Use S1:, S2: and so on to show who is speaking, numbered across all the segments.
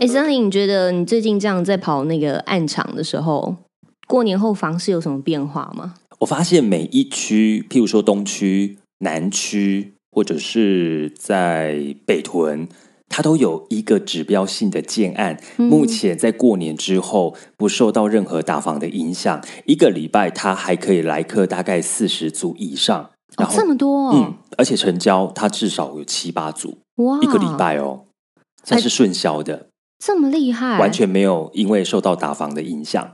S1: 哎，森林，你觉得你最近这样在跑那个暗场的时候，过年后房市有什么变化吗？
S2: 我发现每一区，譬如说东区、南区，或者是在北屯，它都有一个指标性的建案。
S1: 嗯
S2: 目前在过年之后，不受到任何打房的影响，一个礼拜它还可以来客大概四十组以上。
S1: 哦
S2: 然，后
S1: 这么多、
S2: 嗯
S1: 哦，
S2: 而且成交它至少有七八组，
S1: 哇，
S2: 一个礼拜哦，算
S1: 哎
S2: 是顺销的，
S1: 这么厉害，
S2: 完全没有因为受到打房的影响，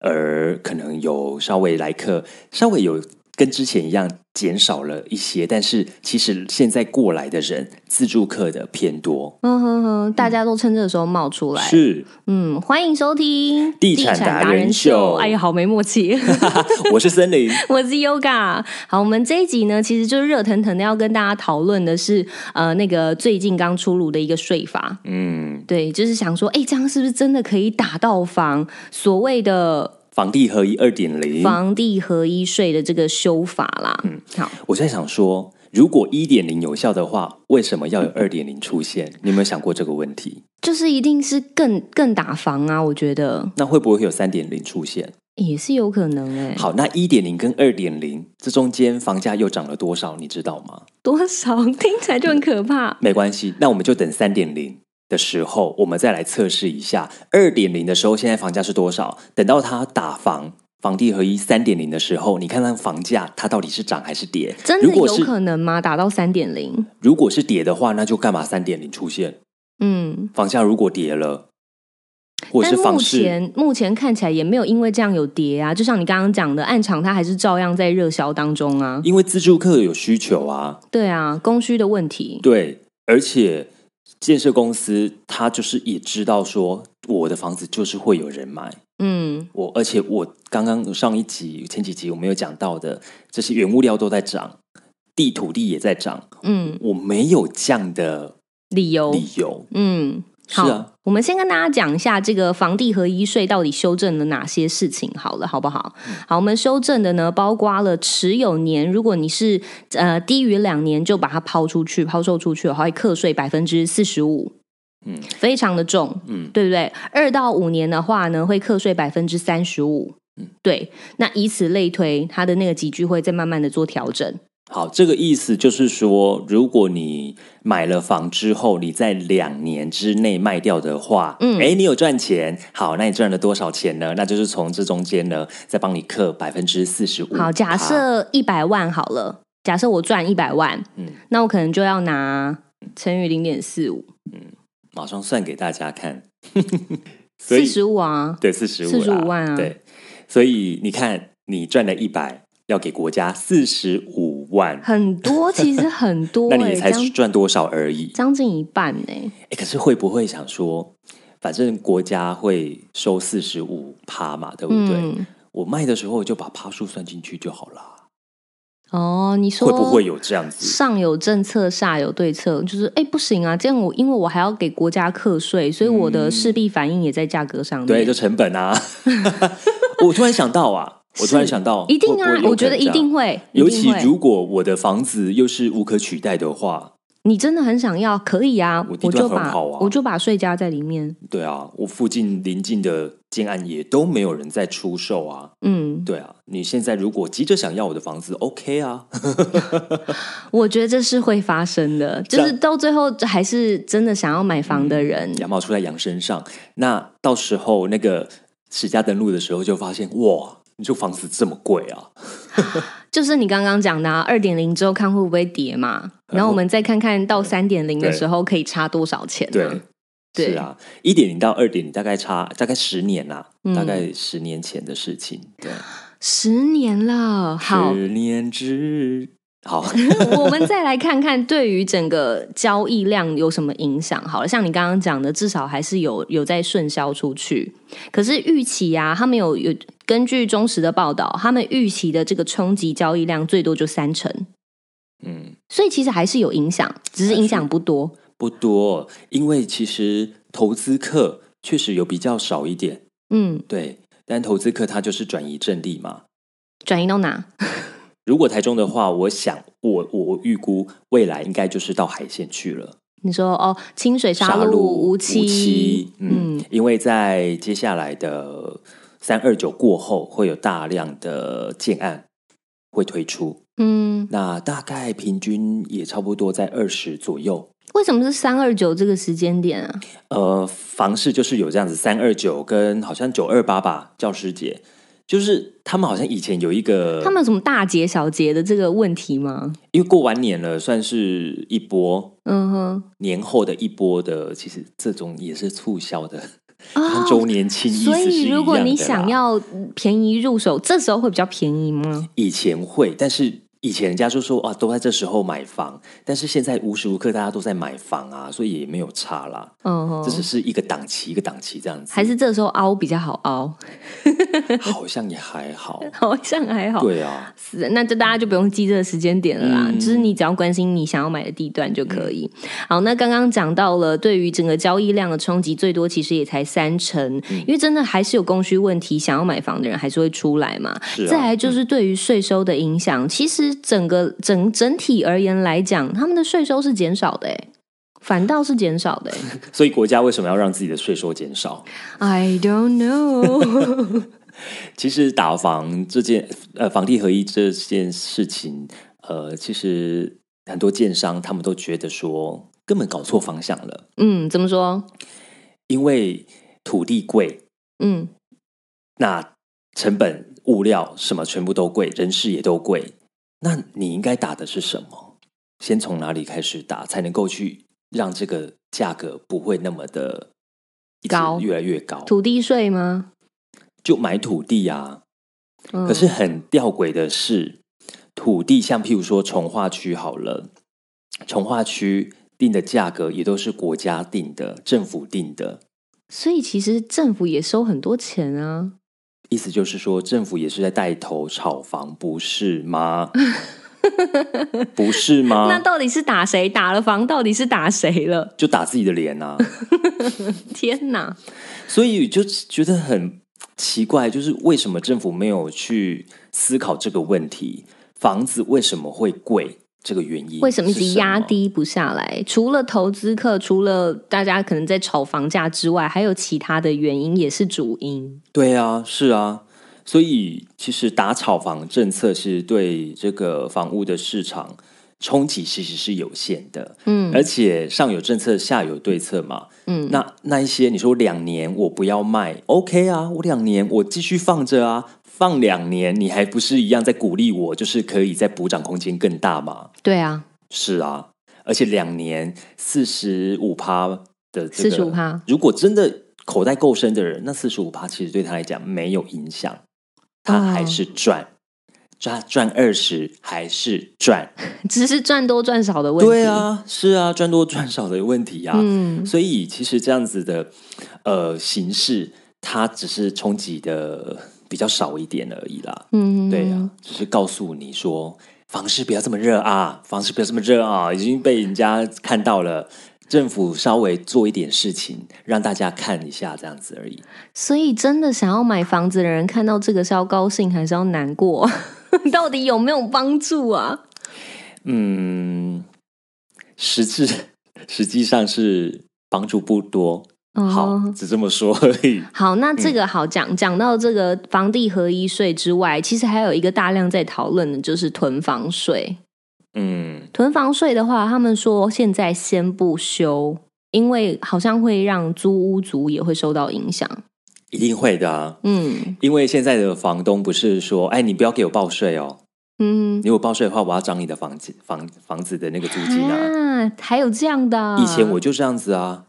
S2: 而可能有稍微来客稍微有跟之前一样减少了一些，但是其实现在过来的人自助客的偏多，
S1: 嗯哼哼，大家都趁这个时候冒出来。，
S2: 是
S1: 嗯，欢迎收听《
S2: 地产达人秀
S1: 哎呀，好没默契。
S2: 我是森林，
S1: 我是 Yoga。好，我们这一集呢，其实就是热腾腾的要跟大家讨论的是，呃，那个最近刚出炉的一个税法。
S2: 嗯，
S1: 对，就是想说，哎，这样是不是真的可以打到房？所谓的
S2: 房地合一二点零，
S1: 房地合一税的这个修法啦。嗯，好，
S2: 我在想说，如果一点零有效的话，为什么要有二点零出现？你有没有想过这个问题？
S1: 就是一定是更更打房啊，我觉得
S2: 那会不会有三点零出现？
S1: 也是有可能哎、
S2: 好，那一点零跟二点零这中间房价又涨了多少？你知道吗？
S1: 多少听起来就很可怕。
S2: 没关系，那我们就等三点零的时候，我们再来测试一下。二点零的时候，现在房价是多少？等到它打房。房地合一三点零的时候，你看看房价它到底是涨还是跌？
S1: 真
S2: 如
S1: 的
S2: 果
S1: 有
S2: 是
S1: 可能吗？打到三点零？
S2: 如果是跌的话，那就干嘛三点零出现？
S1: 嗯，
S2: 房价如果跌了，或者
S1: 但
S2: 是
S1: 目
S2: 房市，
S1: 前目前看起来也没有因为这样有跌啊，就像你刚刚讲的，暗场它还是照样在热销当中啊。
S2: 因为自住客有需求啊，
S1: 对啊，供需的问题。
S2: 对，而且建设公司他就是也知道说，我的房子就是会有人买。
S1: 嗯，
S2: 我而且我刚刚上一集前几集我们有讲到的，这些原物料都在涨，地土地也在涨，
S1: 嗯，
S2: 我没有降的
S1: 理由。
S2: 理由。
S1: 嗯，
S2: 是
S1: 好，
S2: 啊，
S1: 我们先跟大家讲一下这个房地合一税到底修正了哪些事情，好了，好不好？好，我们修正的呢，包括了持有年，如果你是呃低于两年就把它抛出去、抛售出去的话，会课税百分之四十五，
S2: 嗯
S1: 非常的重，
S2: 嗯，
S1: 对不对？二到五年的话呢，会课税百分之三十五
S2: 嗯。
S1: 对，那以此类推，它的那个集聚会再慢慢的做调整。
S2: 好，这个意思就是说，如果你买了房之后，你在两年之内卖掉的话，
S1: 嗯
S2: 哎，你有赚钱，好，那你赚了多少钱呢？那就是从这中间呢，再帮你克百分之四十五。
S1: 好，假设一百万好了，假设我赚一百万，
S2: 嗯
S1: 那我可能就要拿乘以零点四五，
S2: 马上算给大家看， 所以
S1: 四十五啊，
S2: 对，四十五，
S1: 45万啊
S2: 对，所以你看，你赚了一百，要给国家四十五万，
S1: 很多，其实很多、
S2: 那
S1: 欸，
S2: 你才
S1: 将
S2: 赚多少而已？
S1: 将近一半呢、
S2: 哎，可是会不会想说，反正国家会收四十五趴嘛，对不对？
S1: 嗯，
S2: 我卖的时候就把趴数算进去就好啦。
S1: 哦，你说
S2: 会不会有这样子？
S1: 上有政策，下有对策？就是哎，不行啊，这样我因为我还要给国家课税，所以我的势必反应也在价格上面。
S2: 嗯对，就成本啊。 我突然想到啊，我突然想到，
S1: 一定
S2: 会不
S1: 啊
S2: 会有，
S1: 我觉得
S2: 可能
S1: 一
S2: 这样
S1: 定。会，
S2: 尤
S1: 一
S2: 其
S1: 定会
S2: 如果我的房子又是无可取代的话，
S1: 你真的很想要，可以啊，
S2: 我
S1: 我
S2: 地段
S1: 就
S2: 很
S1: 把
S2: 好啊
S1: 我就把税加在里面。
S2: 对啊，我附近邻近的建案也都没有人在出售啊。
S1: 嗯，
S2: 对啊，你现在如果急着想要我的房子，OK 啊，
S1: 我觉得这是会发生的，就是
S2: 这
S1: 到最后还是真的想要买房的人，
S2: 羊毛出在羊身上。那到时候那个实价登录的时候，就发现哇，你这房子这么贵啊！
S1: 嗯就是你刚刚讲的啊二点零之后看会不会跌嘛，
S2: 嗯
S1: 然后我们再看看到三点零的时候可以差多少钱、啊。
S2: 对，
S1: 对
S2: 是啊，一点零到二点零大概差大概十年啦、
S1: 嗯
S2: 大概十年前的事情。对，
S1: 十年了，好。
S2: 十年之 好，
S1: 我们再来看看对于整个交易量有什么影响。好了，像你刚刚讲的，至少还是有有在顺销出去。可是预期啊，他们有有根据忠实的报道，他们预期的这个冲击交易量最多就三成，
S2: 嗯。
S1: 所以其实还是有影响，只是影响不多。
S2: 不多，因为其实投资客确实有比较少一点，
S1: 嗯，
S2: 对。但投资客他就是转移阵地嘛，
S1: 转移到哪？
S2: 如果台中的话，我想我我我预估未来应该就是到海线去了，
S1: 你说哦，清水沙
S2: 沙
S1: 鹿、
S2: 鹿、
S1: 无
S2: 期，嗯，因为在接下来的三二九过后，会有大量的建案会推出，
S1: 嗯，
S2: 那大概平均也差不多在二十左右。
S1: 为什么是三二九这个时间点啊？
S2: 呃，房市就是有这样子，三二九跟好像九二八吧，教师节，就是他们好像以前有一个，
S1: 他们有什么大节小节的这个问题吗？
S2: 因为过完年了，算是一波
S1: 嗯哼，
S2: 年后的一波的，其实这种也是促销的，
S1: 啊
S2: 跟周年庆意思
S1: 所
S2: 是一
S1: 以
S2: 样的啦
S1: 如果你想要便宜入手，这时候会比较便宜吗？
S2: 以前会，但是。以前人家就说啊，都在这时候买房，但是现在无时无刻大家都在买房啊，所以也没有差啦。
S1: 嗯哼
S2: 这，只是一个档期一个档期这样子，
S1: 还是这时候凹比较好凹，
S2: 好像也还好。
S1: 好像还好。
S2: 对啊，
S1: 是，那就大家就不用记这个时间点了啦，
S2: 嗯
S1: 就是你只要关心你想要买的地段就可以。好，那刚刚讲到了对于整个交易量的冲击，最多其实也才三成，
S2: 嗯
S1: 因为真的还是有供需问题，想要买房的人还是会出来嘛。
S2: 是啊
S1: 再来就是对于税收的影响，其实整个整整体而言来讲，他们的税收是减少的、欸，反倒是减少的、 欸。
S2: 所以国家为什么要让自己的税收减少？
S1: I don't know，
S2: 其实打房这件呃房地合一这件事情，呃，其实很多建商他们都觉得说根本搞错方向了，
S1: 嗯，怎么说？
S2: 因为土地贵，
S1: 嗯
S2: 那成本、物料什么全部都贵，人事也都贵，那你应该打的是什么？先从哪里开始打，才能够去让这个价格不会那么的一直
S1: 高
S2: 越来越高？
S1: 土地税吗？
S2: 就买土地啊，
S1: 嗯
S2: 可是很吊诡的是，土地像譬如说从化区好了，从化区定的价格也都是国家定的、政府定的，
S1: 所以其实政府也收很多钱啊。
S2: 意思就是说政府也是在带头炒房，不 是吗？不是
S1: 那
S2: 吗？
S1: 到底是打谁打了房？到底是打谁了？
S2: 就打自己的脸啊！
S1: 天哪！
S2: 所以就觉得很奇怪，就是为什么政府没有去思考这个问题？房子为什么会贵？这个原因
S1: 为什么一直
S2: 是
S1: 压低不下来？除了投资客，除了大家可能在炒房价之外，还有其他的原因也是主因。
S2: 对啊，是啊，所以其实打炒房政策是对这个房屋的市场冲击其实是有限的，
S1: 嗯
S2: 而且上有政策，下有对策嘛。
S1: 嗯，
S2: 那那一些你说两年我不要卖，OK 啊，我两年我继续放着啊，放两年你还不是一样在鼓励我，就是可以在补涨空间更大嘛？
S1: 对啊，
S2: 是啊，而且两年四十五趴的这个
S1: 45%
S2: 如果真的口袋够深的人，那四十五趴其实对他来讲没有影响，他还
S1: 哦
S2: 是赚，他赚二十还是赚。
S1: 只是赚多赚少的问题。
S2: 对，啊，是啊，赚多赚少的问题啊。
S1: 嗯，
S2: 所以其实这样子的呃形式，它只是冲击的比较少一点而已啦。
S1: 嗯，
S2: 对啊，只是告诉你说，房市不要这么热啊，房市不要这么热啊，已经被人家看到了。政府稍微做一点事情，让大家看一下这样子而已。
S1: 所以真的想要买房子的人，看到这个是要高兴还是要难过？ 到底有没有帮助啊？
S2: 嗯，实质 实际上是帮助不多，好
S1: 哦，
S2: 只这么说而已。
S1: 好，那
S2: 嗯
S1: 这个好讲、讲到这个房地合一税之外，其实还有一个大量在讨论的就是囤房税。
S2: 嗯，
S1: 囤房税的话，他们说现在先不修，因为好像会让租屋族也会受到影响。
S2: 一定会的啊，
S1: 嗯
S2: 因为现在的房东不是说，哎，你不要给我报税哦，
S1: 嗯
S2: 你如果报税的话，我要涨你的房子房房子的那个租金啊。
S1: 啊，还有这样的啊、
S2: 以前我就这样子啊，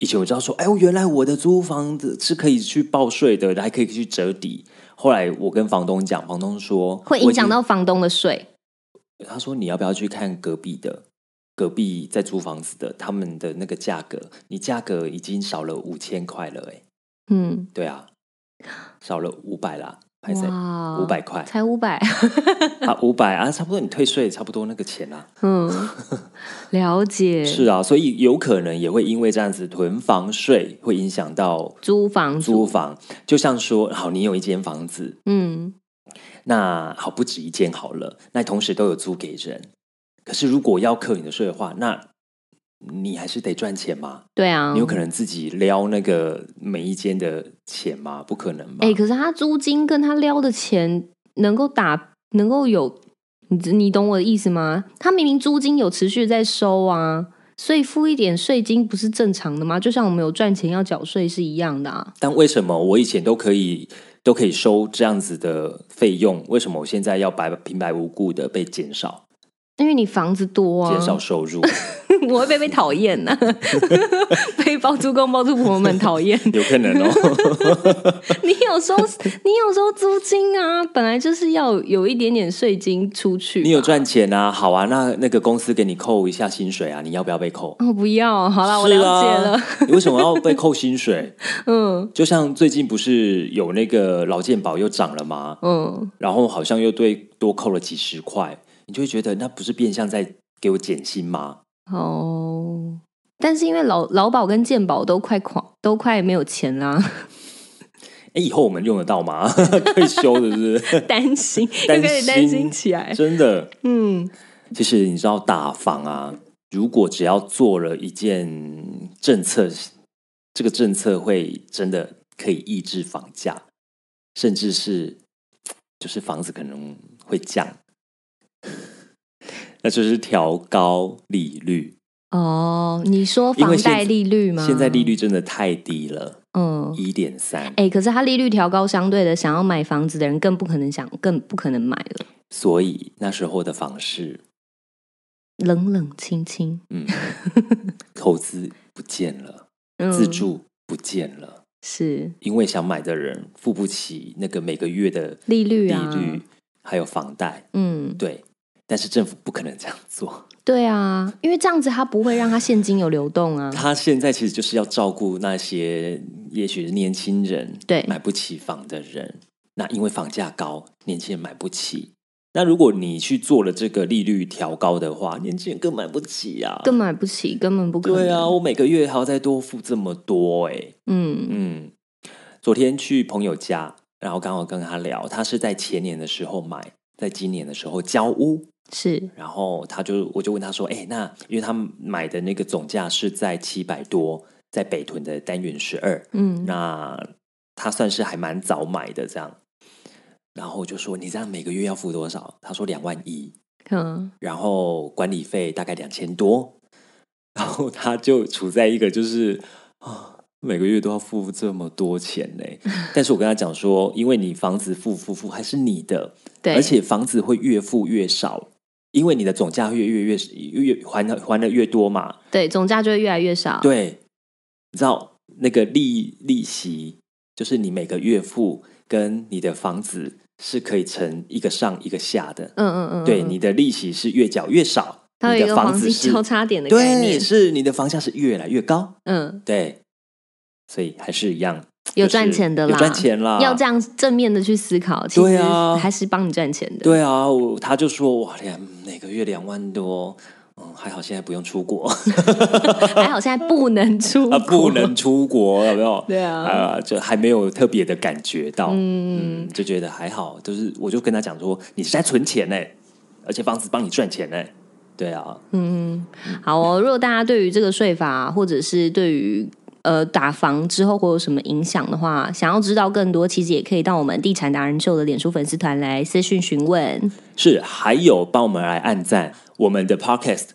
S2: 以前我知道说，哎，原来我的租房子是可以去报税的，还可以去折抵。后来我跟房东讲，房东说
S1: 会影
S2: 我已经
S1: 响到房东的税。
S2: 他说你要不要去看隔壁的？隔壁在租房子的，他们的那个价格，你价格已经少了五千块了、欸，哎，
S1: 嗯，
S2: 对啊，少了五百啦，还是
S1: 哇，
S2: 五百块
S1: 才五百。
S2: 啊，五百啊，差不多你退税差不多那个钱啦、
S1: 嗯，了解。
S2: 是啊，所以有可能也会因为这样子囤房税会影响到
S1: 租房
S2: 租
S1: 族，
S2: 房，就像说，好，你有一间房子，
S1: 嗯
S2: 那好，不止一间好了，那同时都有租给人。可是如果要扣你的税的话，那你还是得赚钱嘛。
S1: 对啊
S2: 你，有可能自己撩那个每一间的钱吗？不可能吧？
S1: 哎、可是他租金跟他撩的钱能够打，能够有，你你懂我的意思吗？他明明租金有持续在收啊，所以付一点税金不是正常的吗？就像我们有赚钱要缴税是一样的啊。
S2: 但为什么我以前都可以都可以收这样子的费用，为什么我现在要白平白无故的被减少
S1: 因为你房子多啊，
S2: 减少收入？
S1: 我会被被讨厌 呢，被包租公包租婆们讨 厌。
S2: 有可能 哦。
S1: 你有收，你有收租金啊，本来就是要有一点点税金出去。
S2: 你有？赚钱啊，好啊，那那个公司给你扣一下薪水啊，你要不要被扣？
S1: 哦，不要，好啦，我
S2: 是
S1: 了解
S2: 啊
S1: 了。。
S2: 你为什么要被扣薪水？
S1: 嗯
S2: 就像最近不是有那个劳健保又涨了吗？
S1: 嗯，
S2: 然后好像又对多扣了几十块，你就会觉得那不是变相在给我减薪吗？
S1: 哦。但是因为劳劳保跟健保都快垮，都快没有钱啦，
S2: 哎，以后我们用得到吗？ 退休的是不 是？
S1: 担心又开始担心起来。
S2: 真的。
S1: 嗯
S2: 其实你知道打房啊，如果只要做了一件政策，这个政策会真的可以抑制房价，甚至是就是房子可能会降， 那就是调高利率。
S1: 哦，你说
S2: 因为
S1: 房
S2: 现
S1: 贷利率吗？
S2: 现在利率真的太低了，
S1: 嗯，
S2: 一点三，
S1: 哎、可是它利率调高，相对的，想要买房子的人更不可能想，更不可能买了。
S2: 所以那时候的房市，
S1: 冷冷清清，
S2: 嗯，投资不见了，
S1: 嗯
S2: 自住不见了。
S1: 是
S2: 因为想买的人付不起那个每个月的
S1: 利率
S2: 利
S1: 啊，
S2: 率，还有房贷，
S1: 嗯，
S2: 对。但是政府不可能这样做，
S1: 对啊，因为这样子它不会让它现金有流动 啊。
S2: 他现在其实就是要照顾那些也许是年轻人
S1: 对
S2: 买不起房的人。那因为房价高，年轻人买不起。那如果你去做了这个利率调高的话，年轻人更买不起啊。
S1: 更买不起，根本不可能。
S2: 对啊，我每个月还要再多付这么多哎、
S1: 嗯
S2: 嗯，昨天去朋友家，然后刚好跟他聊，他是在前年的时候买，在今年的时候交屋，
S1: 是，
S2: 然后他就我就问他说：“哎，那因为他买的那个总价是在七百多，在北屯的单元十二，
S1: 嗯
S2: 那他算是还蛮早买的这样。”然后我就说：“你这样每个月要付多少？”他说：“两万一。”
S1: 嗯，
S2: 然后管理费大概两千多，然后他就处在一个就是啊，每个月都要付这么多钱呢。但是我跟他讲说，因为你房子付付付还是你的，
S1: 对，
S2: 而且房子会越付越少，因为你的总价越越越越越还的还的越多嘛，
S1: 对总价就会越来越少。，
S2: 对，你知道那个利利息就是你每个月付跟你的房子是可以乘一个上一个下的，
S1: 嗯嗯嗯，
S2: 对，
S1: 嗯
S2: 你的利息是越缴越少，
S1: 它
S2: 你
S1: 有一
S2: 的
S1: 个
S2: 房
S1: 黄
S2: 子
S1: 金
S2: 是
S1: 交叉点的概
S2: 对，
S1: 念。
S2: 是你的房价是越来越高，
S1: 嗯，
S2: 对，所以还是一样
S1: 有
S2: 就是
S1: 赚钱的啦，
S2: 有赚钱啦，
S1: 要这样正面的去思考，其
S2: 对
S1: 实
S2: 啊
S1: 还是帮你赚钱的。
S2: 对啊，我他就说哇，两每个月两万多，嗯，还好现在不用出国
S1: 还好现在不 能出
S2: 啊，
S1: 国
S2: 不能出国，有没 有？
S1: 对啊
S2: 啊，就还没有特别的感觉到，
S1: 嗯
S2: 嗯，就觉得还好，就是我就跟他讲说，你是在存钱呢，而且房子帮你赚钱呢，对啊，
S1: 好哦，如果大家对于这个税法，啊或者是对于呃打房之后会有什么影响的话，想要知道更多，其实也可以到我们地产达人秀的脸书粉丝团来私讯询问。
S2: 是，还有帮我们来按赞，我们的 podcast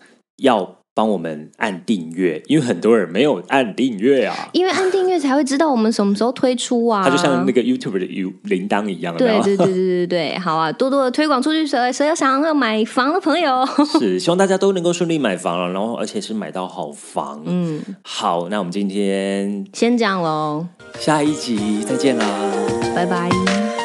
S2: 要帮我们按订阅，因为很多人没有按订阅啊。
S1: 因为按订阅才会知道我们什么时候推出啊。
S2: 它就像那个 YouTube 的铃铃铛一样，有没
S1: 对
S2: 有
S1: 对对对对对，好啊，多多的推广出去，谁谁要想要买房的朋友，
S2: 是希望大家都能够顺利买房了，然后而且是买到好房。
S1: 嗯，
S2: 好，那我们今天
S1: 先讲喽，
S2: 下一集再见啦。
S1: 拜拜。